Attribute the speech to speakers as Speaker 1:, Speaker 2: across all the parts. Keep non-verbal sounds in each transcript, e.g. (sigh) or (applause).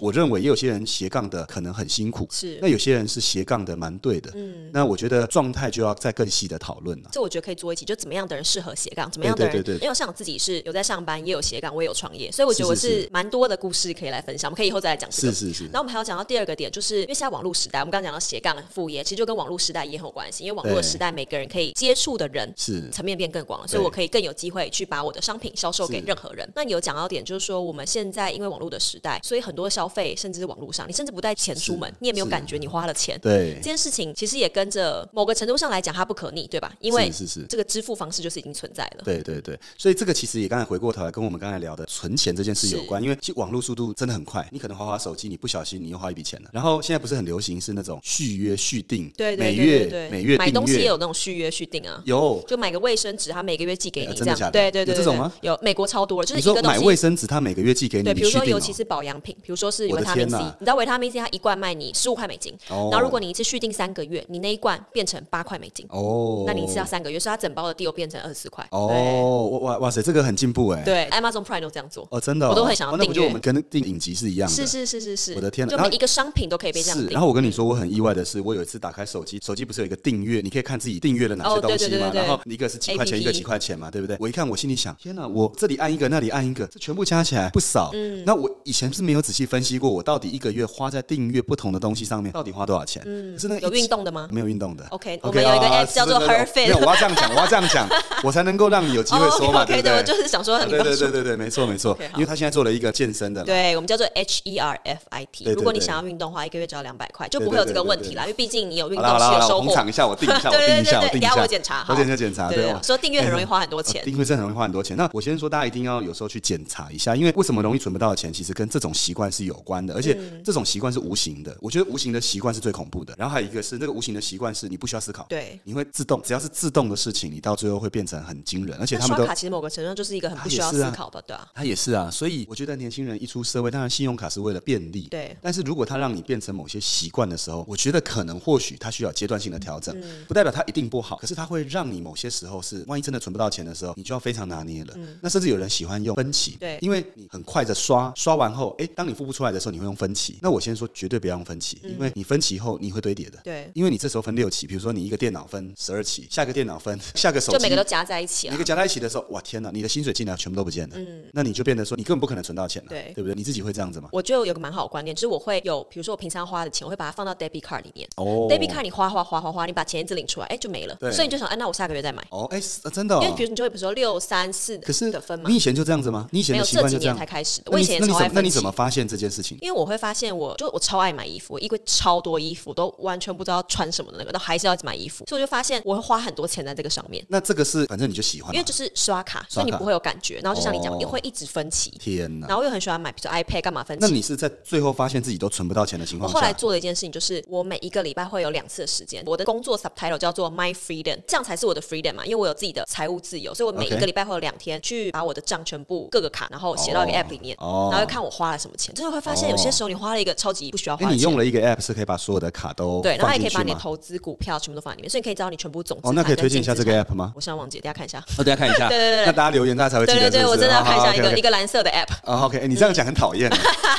Speaker 1: 我认为也有些人斜杠的可能很辛苦，
Speaker 2: 是
Speaker 1: 那有些人是斜杠的蛮对的。
Speaker 2: 嗯，
Speaker 1: 那我觉得状态就要再更细的讨论了。啊
Speaker 2: 这我觉得可以做一起，就怎么样的人适合斜杠，怎么样的人，
Speaker 1: 哎对对对对
Speaker 2: 因为像我自己是有在上班，也有斜杠，我也有创业，所以我觉得我
Speaker 1: 是是
Speaker 2: 是蛮多的故事可以来分享，我们可以以后再来讲这
Speaker 1: 是
Speaker 2: 个。
Speaker 1: 是是
Speaker 2: 然，后我们还要讲到第二个点，就是因为现在网络时代，我们刚刚讲到斜杠副业，其实就跟网络时代也很有关系，因为网络的
Speaker 1: 对
Speaker 2: 时代，每个人可以接触的人
Speaker 1: 哎是
Speaker 2: 层面变更广了，所以
Speaker 1: 对
Speaker 2: 我可以更有机会去把我的商品销售给
Speaker 1: 是
Speaker 2: 任何人。那你有讲到点，就是说我们现在因为网络的时代，所以很多消费甚至是网络上，你甚至不带钱出门
Speaker 1: 是，
Speaker 2: 你也没有
Speaker 1: 是
Speaker 2: 感觉你花了钱。
Speaker 1: 对
Speaker 2: 这，件事情其实也跟着某个程度上来讲，它不可逆，对吧？因为
Speaker 1: 是是是
Speaker 2: 这个支付方式就是已经存在了。
Speaker 1: 对对对，所以这个其实也刚才回过头来跟我们刚才聊的存钱这件事有关，因为其实网络速度真的很快，你可能滑滑手机，你不小心你又花一笔钱了。然后现在不是很流行是那种续约续订，
Speaker 2: 对
Speaker 1: 每
Speaker 2: 对对对
Speaker 1: 月
Speaker 2: 对，
Speaker 1: 每月
Speaker 2: 买
Speaker 1: 订
Speaker 2: 东西
Speaker 1: 阅
Speaker 2: 也有那种续约续订啊，
Speaker 1: 有
Speaker 2: 就买个卫生纸，他每个月寄给
Speaker 1: 哎
Speaker 2: 你
Speaker 1: 真的
Speaker 2: 这样。
Speaker 1: 假的
Speaker 2: 对对对
Speaker 1: 有这
Speaker 2: 对
Speaker 1: 种
Speaker 2: 对
Speaker 1: 吗
Speaker 2: 有美国超多了，就是
Speaker 1: 你
Speaker 2: 一个
Speaker 1: 说
Speaker 2: 东西
Speaker 1: 买卫生纸，他每个月寄给你，
Speaker 2: 对，
Speaker 1: 你
Speaker 2: 比如
Speaker 1: 续
Speaker 2: 说
Speaker 1: 订
Speaker 2: 尤
Speaker 1: 哦
Speaker 2: 其是保养品，比如说是
Speaker 1: 我的
Speaker 2: 维他命
Speaker 1: 天
Speaker 2: C，
Speaker 1: 哪
Speaker 2: 你知道维他命 C 它一罐卖你十五块美金，
Speaker 1: 哦
Speaker 2: 然后如果你一次续订三个月，你那一罐变成八块美金，
Speaker 1: 哦，
Speaker 2: 那你一次要三个月，所以它整包的 deal 变成二十块。
Speaker 1: 哦，哇哇哇塞，这个很进步哎，
Speaker 2: 对，对，Amazon Prime 都这样做。
Speaker 1: 哦，真的哦，
Speaker 2: 我都很想要
Speaker 1: 哦那不
Speaker 2: 订
Speaker 1: 就
Speaker 2: 阅
Speaker 1: 我们跟订影集是一样的？
Speaker 2: 是是是是是，
Speaker 1: 我的天哪
Speaker 2: 就
Speaker 1: 然
Speaker 2: 每
Speaker 1: 后
Speaker 2: 一个商品都可以被这样
Speaker 1: 是，
Speaker 2: 订
Speaker 1: 然。后我跟你说，我很意外的是，我有一次打开手机，手机不是有一个订阅，你可以看自己订阅了哪些
Speaker 2: 哦对
Speaker 1: 东
Speaker 2: 对
Speaker 1: 西
Speaker 2: 对
Speaker 1: 嘛。
Speaker 2: 对对
Speaker 1: 然后一个是几块钱，
Speaker 2: APP
Speaker 1: 一个几块钱嘛，对不对？我一看，我心里想，天哪，我这里按一个，那里按一个，这全部加起来不少。嗯，那我以前是没有仔细分析过，我到底一个月花在订阅不同的东西上面，到底花多少钱？嗯，可是那个
Speaker 2: 有
Speaker 1: 一
Speaker 2: 运动的吗？
Speaker 1: 没有运动的。
Speaker 2: OK，我们有一个
Speaker 1: 啊
Speaker 2: app 叫做
Speaker 1: 是是是
Speaker 2: Herfit
Speaker 1: 没有，我要这样讲，我要这样讲，我才能够让你有机会说嘛，
Speaker 2: o
Speaker 1: 不
Speaker 2: k 哦 (laughs) 对，
Speaker 1: 对？
Speaker 2: 我就是想说
Speaker 1: 啊
Speaker 2: 你
Speaker 1: 对
Speaker 2: 帮
Speaker 1: 对
Speaker 2: 助
Speaker 1: 对对对，没错没错
Speaker 2: OK，，好
Speaker 1: 因为他现在做了一个健身的嘛，
Speaker 2: 对，我们叫做 H E R F I
Speaker 1: 对
Speaker 2: T。
Speaker 1: 对
Speaker 2: 如果你
Speaker 1: 对
Speaker 2: 想要运动的话，一个月只要两百块，就
Speaker 1: 对
Speaker 2: 不会
Speaker 1: 对
Speaker 2: 有这个
Speaker 1: 对
Speaker 2: 问
Speaker 1: 对
Speaker 2: 题
Speaker 1: 对
Speaker 2: 啦。因为毕竟你有运
Speaker 1: 好
Speaker 2: 动
Speaker 1: 啦好
Speaker 2: 是
Speaker 1: 啦好
Speaker 2: 有
Speaker 1: 啦，
Speaker 2: 收
Speaker 1: 我
Speaker 2: 获
Speaker 1: 捧。场一下，我定
Speaker 2: (laughs)
Speaker 1: 一下，我
Speaker 2: 对对
Speaker 1: 定一下，我
Speaker 2: 对对
Speaker 1: 定一
Speaker 2: 等一
Speaker 1: 下，
Speaker 2: 下我检查
Speaker 1: 我检查
Speaker 2: 好
Speaker 1: 检查，
Speaker 2: 对
Speaker 1: 对
Speaker 2: 对
Speaker 1: 哦
Speaker 2: 啊说订阅很容易花很多钱
Speaker 1: 哦订阅真的很容易花很多钱。那我先说，大家一定要有时候去检查一下，因为为什么容易存不到的钱，其实跟这种习惯是有关的，而且
Speaker 2: 嗯
Speaker 1: 这种习惯是无形的。我觉得无形的习惯是最恐怖的。然后还有一个是，那个无形的习惯是你不需要思考，
Speaker 2: 对
Speaker 1: 你会自动，只要是自动的事情，你到最后会变成很惊人，而且
Speaker 2: 那
Speaker 1: 他
Speaker 2: 刷
Speaker 1: 们都
Speaker 2: 卡其实某个程度上就是一个很
Speaker 1: 啊
Speaker 2: 不
Speaker 1: 也
Speaker 2: 需要
Speaker 1: 是啊
Speaker 2: 思考吧，对啊。
Speaker 1: 他也是啊，所以我觉得年轻人一出社会，当然信用卡是为了便利，
Speaker 2: 对
Speaker 1: 但是如果他让你变成某些习惯的时候，我觉得可能或许他需要阶段性的调整，
Speaker 2: 嗯
Speaker 1: 不代表他一定不好，可是他会让你某些时候是，万一真的存不到钱的时候，你就要非常拿捏了。那甚至有人喜欢用分期，
Speaker 2: 嗯对
Speaker 1: 因为你很快的刷，刷完后，哎，当你付不出来的时候，你会用分期。那我先说，绝对不要用分期，因为你分期后你会堆叠的，
Speaker 2: 嗯对
Speaker 1: 因为你这时候分六期，比如说你一个电脑分十二期，下个电脑分，下个手机
Speaker 2: 就每个都夹在一起啊
Speaker 1: 你
Speaker 2: 了
Speaker 1: 个。加在一起的时候，哇天哪，你的薪水进来全部都不见了，嗯，那你就变得说你根本不可能存到钱了，
Speaker 2: 对
Speaker 1: 对不对？你自己会这样子吗？
Speaker 2: 我就有个蛮好的观念，就是我会有，比如说我平常花的钱，我会把它放到 debit card 里面。
Speaker 1: 哦
Speaker 2: debit card 你花花花花花，你把钱一直领出来，哎，就没了
Speaker 1: 对。
Speaker 2: 所以你就想，哎，那我下个月再买。
Speaker 1: 哦，哎、是啊真的、哦，
Speaker 2: 因为比如你就会比如说六三四
Speaker 1: 可是
Speaker 2: 的分嘛
Speaker 1: 你，以前就这样子吗？你以前
Speaker 2: 没
Speaker 1: 的
Speaker 2: 有
Speaker 1: 习
Speaker 2: 这
Speaker 1: 惯
Speaker 2: 几
Speaker 1: 就这
Speaker 2: 年
Speaker 1: 样
Speaker 2: 才？开始的。
Speaker 1: 那
Speaker 2: 我以
Speaker 1: 你
Speaker 2: 前
Speaker 1: 那你
Speaker 2: 也超
Speaker 1: 怎
Speaker 2: 爱
Speaker 1: 么那
Speaker 2: 分
Speaker 1: 你怎
Speaker 2: 期
Speaker 1: 么。发现这件事情？
Speaker 2: 因为我会发现我，就我超爱买衣服，我衣柜超多衣服，都完全不知道穿什么的那个，都还是要一直买衣服，所以我就发现我会花很多钱在这个上面，
Speaker 1: 那这个是反正你就喜欢嘛，
Speaker 2: 因为就是刷卡，所以你
Speaker 1: 刷卡
Speaker 2: 不会有感觉，然后就像你讲，
Speaker 1: 啊哦
Speaker 2: 也会一直分期，
Speaker 1: 天哪
Speaker 2: 然，后又很喜欢买，比如说 iPad 干嘛分
Speaker 1: 那
Speaker 2: 期。
Speaker 1: 你是在最后发现自己都存不到钱的情
Speaker 2: 我
Speaker 1: 况下，哎
Speaker 2: 后来做了一件事情，就是我每一个礼拜会有两次的时间，我的工作 subtitle 叫做 My Freedom，这样才是我的 freedom 嘛，因为我有自己的财务自由，所以我每
Speaker 1: OK
Speaker 2: 一个礼拜会有两天去把我的账全部各个卡，然后写到一个
Speaker 1: 哦
Speaker 2: app 里面，
Speaker 1: 哦
Speaker 2: 然后看我花了什么钱，真的会发现
Speaker 1: 哦
Speaker 2: 有些时候你花了一个超级不需要
Speaker 1: 哎、
Speaker 2: 花的
Speaker 1: 你
Speaker 2: 钱
Speaker 1: 用。了一个 app 是可以把所有的卡都
Speaker 2: 对，然后
Speaker 1: 放
Speaker 2: 还可
Speaker 1: 进
Speaker 2: 以
Speaker 1: 去
Speaker 2: 把你的
Speaker 1: 吗
Speaker 2: 投资股票全部都放在里面，所以你可以知道你全部总资
Speaker 1: 哦，那可以
Speaker 2: 产跟
Speaker 1: 推荐一
Speaker 2: 净
Speaker 1: 下
Speaker 2: 资
Speaker 1: 这个
Speaker 2: 产
Speaker 1: app 吗？
Speaker 2: 我现在忘记，等一下看
Speaker 1: (laughs)
Speaker 2: 一下。
Speaker 1: 那、大家哦看一下，
Speaker 2: (laughs) 对对对对
Speaker 1: 那大家留言大家才会记
Speaker 2: 对
Speaker 1: 得
Speaker 2: 对
Speaker 1: 是不
Speaker 2: 对，
Speaker 1: 是
Speaker 2: 我真的要看一下一
Speaker 1: 好好
Speaker 2: 个
Speaker 1: ，OK，OK
Speaker 2: 一个蓝色的 app，
Speaker 1: 哦，OK，哎你这样讲很讨厌，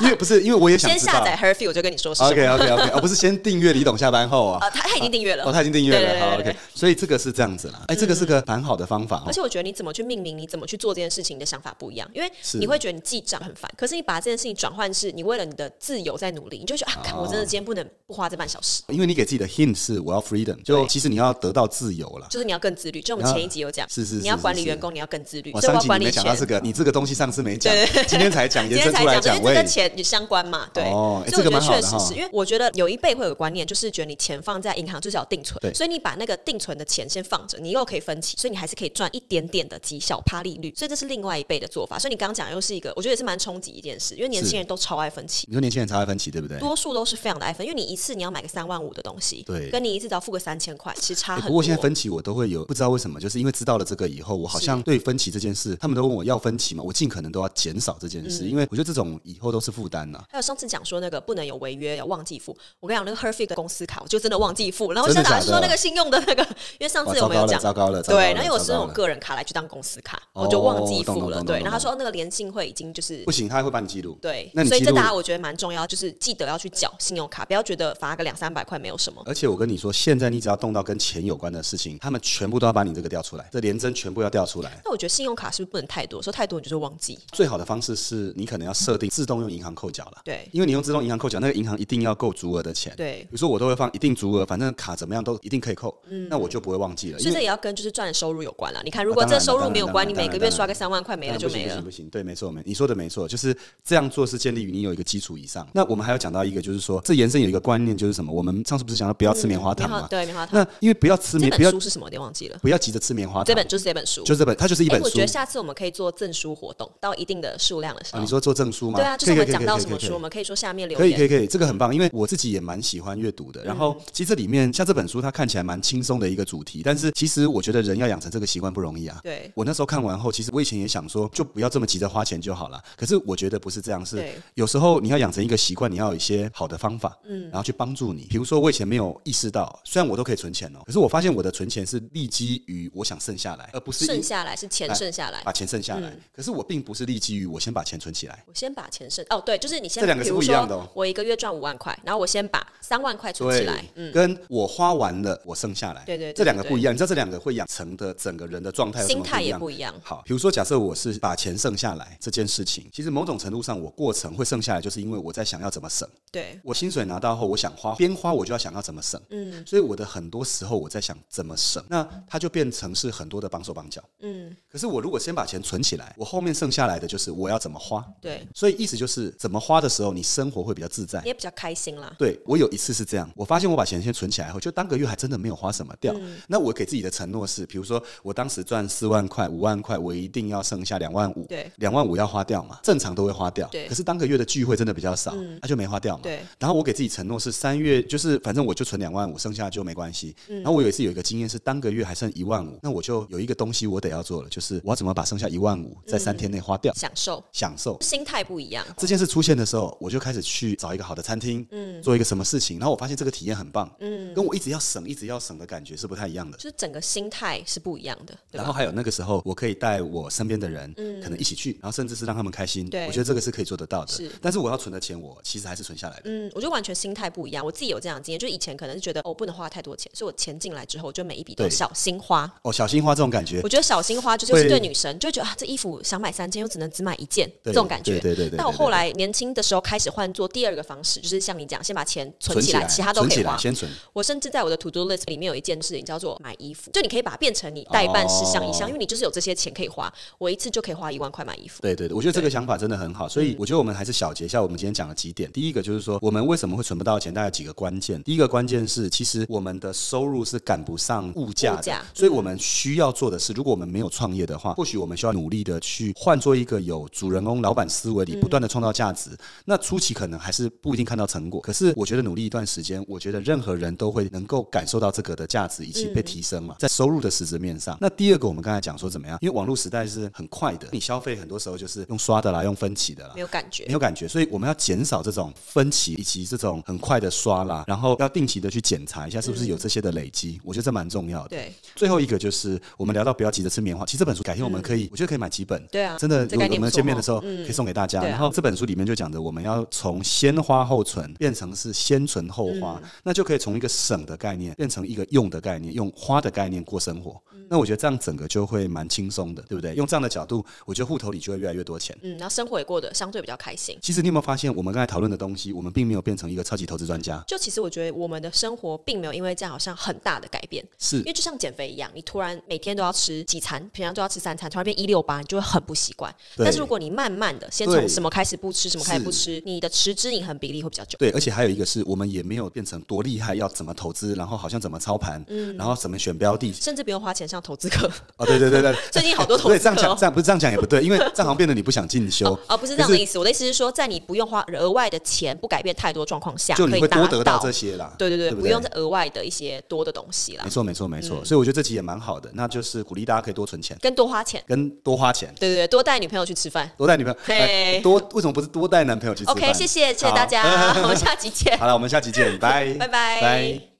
Speaker 1: 因为不是因为我也想
Speaker 2: 先
Speaker 1: 知道
Speaker 2: 下载 Herfy，我就跟你说是什么。
Speaker 1: OK OK OK，哦，不是先订阅李董下班后啊，
Speaker 2: 呃，他他已经订阅了
Speaker 1: 哦，，他已经订阅
Speaker 2: 对对
Speaker 1: 了，
Speaker 2: 对
Speaker 1: 好
Speaker 2: 对对嗯
Speaker 1: OK，所以这个是这样子啦，哎，这个是个蛮好的方法哦
Speaker 2: 而，且我觉得你怎么去命名，你怎么去做这件事情的想法不一样，因为
Speaker 1: 是
Speaker 2: 你会觉得你记账很烦，可是你把这件事情转换是你为了你的自由在努力，你就觉得啊，看我真的今天不能不花这半小时，
Speaker 1: 因为你给自己的 hint 是我要 freedom，就其实你要得到自由啦。
Speaker 2: 就是你要更自律。就我们
Speaker 1: 啊
Speaker 2: 前一集有讲，
Speaker 1: 是是是
Speaker 2: 你要管理
Speaker 1: 是是
Speaker 2: 员工，你要更自律，
Speaker 1: 我
Speaker 2: 所
Speaker 1: 上
Speaker 2: 以我要
Speaker 1: 集你
Speaker 2: 管理
Speaker 1: 没讲到这
Speaker 2: 权。嗯
Speaker 1: 个，你这个东西上次没讲
Speaker 2: 对，
Speaker 1: 今天才讲，
Speaker 2: 今
Speaker 1: 延
Speaker 2: 天
Speaker 1: 伸
Speaker 2: 才
Speaker 1: 出来讲，
Speaker 2: 讲，因为这
Speaker 1: 喂
Speaker 2: 跟，钱相关嘛，对，
Speaker 1: 哦哎
Speaker 2: 所以
Speaker 1: 这个
Speaker 2: 我觉得
Speaker 1: 蛮好的
Speaker 2: 确实
Speaker 1: 哈
Speaker 2: 是因为我觉得有一辈会有个观念，就是觉得你钱放在银行就是要定存
Speaker 1: 对，
Speaker 2: 所以你把那个定存的钱先放着，你又可以分期，所以你还是可以赚一点点的绩效趴利率，所以这是另外一辈的做法。所以你刚刚讲的又是一个，我觉得也是蛮冲击一件事，因为年轻人都超爱分期。
Speaker 1: 你说年轻人超爱分歧，对不对？
Speaker 2: 多数都是非常的爱分，因为你一次你要买个三万五的东西，
Speaker 1: 对
Speaker 2: 跟你一次只要付个三千块，其实差
Speaker 1: 哎
Speaker 2: 很多。
Speaker 1: 不过现在分歧我都会有，不知道为什么，就是因为知道了这个以后，我好像对分歧这件事，他们都问我要分歧嘛，我尽可能都要减少这件事，
Speaker 2: 嗯
Speaker 1: 因为我觉得这种以后都是负担呐。
Speaker 2: 还有上次讲说那个不能有违约，有忘记付。我跟你讲，那个 Herfit 的公司卡，我就真的忘记付，然后我
Speaker 1: 真
Speaker 2: 就
Speaker 1: 的
Speaker 2: 打
Speaker 1: 假的
Speaker 2: 说那个信用的那个，因为上
Speaker 1: 哇
Speaker 2: 次我们有讲，
Speaker 1: 糟糕了糟糕了糟糕了
Speaker 2: 对，然后因为我是
Speaker 1: 糟
Speaker 2: 那
Speaker 1: 糕
Speaker 2: 种
Speaker 1: 了
Speaker 2: 个人卡来去当公司卡，
Speaker 1: 哦
Speaker 2: 我就忘记
Speaker 1: 懂
Speaker 2: 付
Speaker 1: 懂懂
Speaker 2: 了。
Speaker 1: 懂
Speaker 2: 对，
Speaker 1: 懂
Speaker 2: 哦然后他说那个联信会已经就是
Speaker 1: 不行，他会帮你记录。
Speaker 2: 对，
Speaker 1: 那你
Speaker 2: 所以
Speaker 1: 记
Speaker 2: 这大家我觉得蛮重要，就是记得要去缴信用卡，不要觉得罚个两三百块没有什么。
Speaker 1: 而且我跟你说，现在你只要动到跟钱有关的事情，他们全部都要把你这个调出来，这连征全部要调出来。
Speaker 2: 那我觉得信用卡是不是不能太多？说太多你就是忘记。
Speaker 1: 最好的方式是你可能要设定自动用银行扣缴了，
Speaker 2: 对
Speaker 1: 因为你用自动银行扣缴，那个银行一定要够足额的钱。
Speaker 2: 对
Speaker 1: 比如说我都会放一定足额，反正卡怎么样都一定可以扣，那我就不会忘记了。
Speaker 2: 所以
Speaker 1: 因
Speaker 2: 这
Speaker 1: 为
Speaker 2: 也要跟嗯就是赚的收入有关了。你看，如
Speaker 1: 啊
Speaker 2: 果
Speaker 1: 当然了
Speaker 2: 这收入
Speaker 1: 当
Speaker 2: 没有
Speaker 1: 然
Speaker 2: 关，
Speaker 1: 当
Speaker 2: 你
Speaker 1: 然
Speaker 2: 每个
Speaker 1: 当
Speaker 2: 月
Speaker 1: 然
Speaker 2: 刷个三万块没
Speaker 1: 当然
Speaker 2: 了就
Speaker 1: 不行
Speaker 2: 没
Speaker 1: 不
Speaker 2: 了
Speaker 1: 行。不行，对，没错，没你说的没错，就是这样做是建立于你有一个基础以上。那我们还要讲到一个，就是说这延伸有一个观念，就是什么？我们上次不是讲到不要吃棉花糖
Speaker 2: 棉花
Speaker 1: 吗？
Speaker 2: 对棉花糖。
Speaker 1: 那因为不要吃
Speaker 2: 这
Speaker 1: 棉，不
Speaker 2: 本
Speaker 1: 要
Speaker 2: 书是什么？我有点忘记了。
Speaker 1: 不要急着吃棉花
Speaker 2: 这
Speaker 1: 糖，
Speaker 2: 本就是这本书。
Speaker 1: 就这本，它就是一
Speaker 2: 哎，
Speaker 1: 本
Speaker 2: 我
Speaker 1: 书
Speaker 2: 觉得。下次我们可以做赠书活动，到一定的数量的时
Speaker 1: 啊，
Speaker 2: 候
Speaker 1: 你。说做证书吗？
Speaker 2: 对啊，就是
Speaker 1: 可以
Speaker 2: 我们
Speaker 1: 可以
Speaker 2: 讲到
Speaker 1: 可以
Speaker 2: 什么
Speaker 1: 可以
Speaker 2: 书，我们可以说下面留
Speaker 1: 可以
Speaker 2: 言。
Speaker 1: 可以可以，这个很棒，因为我自己也蛮喜欢阅读的。然
Speaker 2: 嗯
Speaker 1: 后其实这里面像这本书，它看起来蛮轻松的一个主题，但是其实我觉得人要养成这个习惯不容易啊。
Speaker 2: 对
Speaker 1: 我那时候看完后，其实我以前也想说，就不要这么急着花钱就好了。可是我觉得不是这样，是
Speaker 2: 对
Speaker 1: 有时候你要养成一个习惯，你要有一些好的方法，嗯，然后去帮助你。比如说我以前没有意识到，虽然我都可以存钱哦，可是我发现我的存钱是立基于我想剩下来，而不是
Speaker 2: 剩
Speaker 1: 因
Speaker 2: 下来是钱
Speaker 1: 来
Speaker 2: 剩下来。嗯
Speaker 1: 把钱剩下来。可是我并不是立基于我先把钱存起来。
Speaker 2: 我先把钱剩哦，对，就是你先，
Speaker 1: 这两个
Speaker 2: 比
Speaker 1: 是
Speaker 2: 如
Speaker 1: 不一
Speaker 2: 说
Speaker 1: 样的哦
Speaker 2: 我一个月赚五万块，然后我先把三万块存
Speaker 1: 对，
Speaker 2: 起来，嗯，
Speaker 1: 跟我花完了，我剩下来，
Speaker 2: 对对对
Speaker 1: 这两个
Speaker 2: 对
Speaker 1: 不一样。你知道这两个会养成的整个人的状态有什
Speaker 2: 心
Speaker 1: 么
Speaker 2: 态
Speaker 1: 一
Speaker 2: 也
Speaker 1: 样？
Speaker 2: 不一样。
Speaker 1: 好，比如说，假设我是把钱剩下来这件事情，其实某种程度上，我过程会剩下来，就是因为我在想要怎么省。
Speaker 2: 对，
Speaker 1: 我薪水拿到后，我想花，边花我就要想要怎么省。
Speaker 2: 嗯
Speaker 1: 所以我的很多时候我在想怎么省，那它就变成是很多的帮手帮脚。
Speaker 2: 嗯，
Speaker 1: 可是我如果先把钱存起来，我后面剩下来的就是我要怎么花。
Speaker 2: 对，
Speaker 1: 所以意思就是怎么花的时候，你生活会比较自在
Speaker 2: 你。也比较开心啦。
Speaker 1: 对我有一次是这样，我发现我把钱先存起来后，就当个月还真的没有花什么掉。
Speaker 2: 嗯
Speaker 1: 那我给自己的承诺是，比如说我当时赚四万块、五万块，我一定要剩下两万五。
Speaker 2: 对，
Speaker 1: 两万五要花掉嘛，正常都会花掉。
Speaker 2: 对嗯
Speaker 1: 可是当个月的聚会真的比较少，那、就没花掉嘛。
Speaker 2: 对，
Speaker 1: 然后我给自己承诺是三月，就是反正我就存两万五，剩下就没关系。
Speaker 2: 嗯
Speaker 1: 然后我有一次有一个经验是，当个月还剩一万五，那我就有一个东西我得要做了，就是我要怎么把剩下一万五在三天内花掉，
Speaker 2: 享受
Speaker 1: 享受。
Speaker 2: 心态不一样，
Speaker 1: 这件事出现的时候，我就开始去找一个好的餐厅，嗯，做一个什么事情，然后我发现这个体验很棒，嗯，跟我一直要省、一直要省的感觉是不太一样的
Speaker 2: 就。是整个心态是不一样的，对嗯
Speaker 1: 然
Speaker 2: 吧？
Speaker 1: 后还有那个时候，我可以带我身边的人，可能一起去，然后甚至是让他们开心。
Speaker 2: 对
Speaker 1: 我觉得这个是可以做得到的。
Speaker 2: 是
Speaker 1: 但是我要存的钱，我其实还是存下来的。
Speaker 2: 嗯，我觉得完全心态不一样。我自己有这样的经验，就以前可能是觉得哦，不能花太多钱，所以我钱进来之后，就每一笔都
Speaker 1: 对
Speaker 2: 小心花。
Speaker 1: 哦，小心花这种感觉
Speaker 2: 我，觉得小心花就是就是
Speaker 1: 会
Speaker 2: 对女生，就会觉得啊，这衣服想买三件，又只能只买一件，这
Speaker 1: 对
Speaker 2: 种感
Speaker 1: 对
Speaker 2: 觉。
Speaker 1: 对对对对
Speaker 2: 但我
Speaker 1: 对
Speaker 2: 后
Speaker 1: 对
Speaker 2: 来年轻的时候开始换做第二个方式，就是像你讲，先把钱存起
Speaker 1: 起
Speaker 2: 来，
Speaker 1: 来，
Speaker 2: 其他都
Speaker 1: 存
Speaker 2: 可以
Speaker 1: 起
Speaker 2: 花
Speaker 1: 来，。先存。
Speaker 2: 我甚至在我的 to do list 里面有一件事情叫做买衣服，就你可以把它变成你代办事项一项，
Speaker 1: 哦
Speaker 2: 因为你就是有这些钱可以花，我一次就可以花一万块买衣服。
Speaker 1: 对对对，我觉得这个想法真的很好，所以我觉得我们还是小结一下我们今天讲的几点。第一个就是说，我们为什么会存不到钱，大概有几个关键。第一个关键是，其实我们的收入是赶不上物价
Speaker 2: 物
Speaker 1: 的
Speaker 2: 价，
Speaker 1: 所以我们需要做的是，如果我们没有创业的话，
Speaker 2: 嗯
Speaker 1: 或许我们需要努力的去换做一个有主人公老板思
Speaker 2: 嗯
Speaker 1: 维里不断的创造价值。那初期可能还是不一定看到成果，可是我觉得努力一段时间，我觉得任何人都会能够感受到这个的价值以及被提升嘛，
Speaker 2: 嗯
Speaker 1: 在收入的实质面上。那第二个，我们刚才讲说怎么样？因为网络时代是很快的，你消费很多时候就是用刷的啦，用分期的啦
Speaker 2: 没。有感觉
Speaker 1: 没，有感觉，所以我们要减少这种分歧以及这种很快的刷啦，然后要定期的去检查一下是不是有这些的累积，我觉得这蛮重要的。
Speaker 2: 对
Speaker 1: 最后一个就是我们聊到不要急着吃棉花，其实这本书改天我们可以，我觉得可以买几本。
Speaker 2: 对啊
Speaker 1: 真的，
Speaker 2: 嗯这
Speaker 1: 我
Speaker 2: 概念
Speaker 1: 我
Speaker 2: 不
Speaker 1: 们
Speaker 2: 错
Speaker 1: 见面
Speaker 2: 哦
Speaker 1: 的时候可以送给大家。
Speaker 2: 对啊
Speaker 1: 然后这本书里面就讲着我们要从先花后存变成是先存后花，
Speaker 2: 嗯
Speaker 1: 那就可以从一个省的概念变成一个用的概念，用花的概念过生活。
Speaker 2: 嗯
Speaker 1: 那我觉得这样整个就会蛮轻松的，对不对？用这样的角度，我觉得户头里就会越来越多钱。
Speaker 2: 嗯，然后生活也过得相对比较开心。
Speaker 1: 其实你有没有发现，我们刚才讨论的东西，我们并没有变成一个超级投资专家，
Speaker 2: 就其实我觉得我们的生活并没有因为这样好像很大的改变，
Speaker 1: 是
Speaker 2: 因为就像减肥一样，你突然每天都要吃几餐，平常都要吃三餐，突然变一六八，你就会很不习惯。
Speaker 1: 对
Speaker 2: 但是如果你慢慢的先
Speaker 1: 对
Speaker 2: 从什么开始不吃，什么开始不
Speaker 1: 是
Speaker 2: 吃，你的持之以恒比例会比较久。
Speaker 1: 对，而且还有一个是我们也没有变成多厉害，要怎么投资，然后好像怎么操盘，
Speaker 2: 嗯
Speaker 1: 然后怎么选标的，
Speaker 2: (laughs) 甚至不用花钱上投资课，
Speaker 1: 哦，对对对对，
Speaker 2: (laughs) 最近好多投资
Speaker 1: 对，这样
Speaker 2: 客哦
Speaker 1: 讲，这样不是这样讲也不对，
Speaker 2: (laughs)，
Speaker 1: 因为这样好像变得你不想进修
Speaker 2: 哦，不是这样的意思。我的意思是说，在你不用花额外的钱，不改变太多状况下，
Speaker 1: 就
Speaker 2: 可
Speaker 1: 你
Speaker 2: 以
Speaker 1: 会
Speaker 2: 达
Speaker 1: 多得到这些啦。
Speaker 2: 对对对，
Speaker 1: 对
Speaker 2: 不
Speaker 1: 不
Speaker 2: 用再嗯额外的一些多的东西啦
Speaker 1: 没，错没错没错，所以我觉得这集也蛮好的，那就是鼓励大家可以多存钱，
Speaker 2: 跟多花钱。
Speaker 1: 跟多花钱，
Speaker 2: 对对对，多带女朋友去吃饭。
Speaker 1: 多带女朋友，
Speaker 2: 嘿
Speaker 1: 哎多为什么不是多带男朋友去吃饭
Speaker 2: OK，谢谢谢谢
Speaker 1: (laughs) 好
Speaker 2: 大家，我们下集见，
Speaker 1: 好了，我们下期见，拜
Speaker 2: 拜拜
Speaker 1: 拜。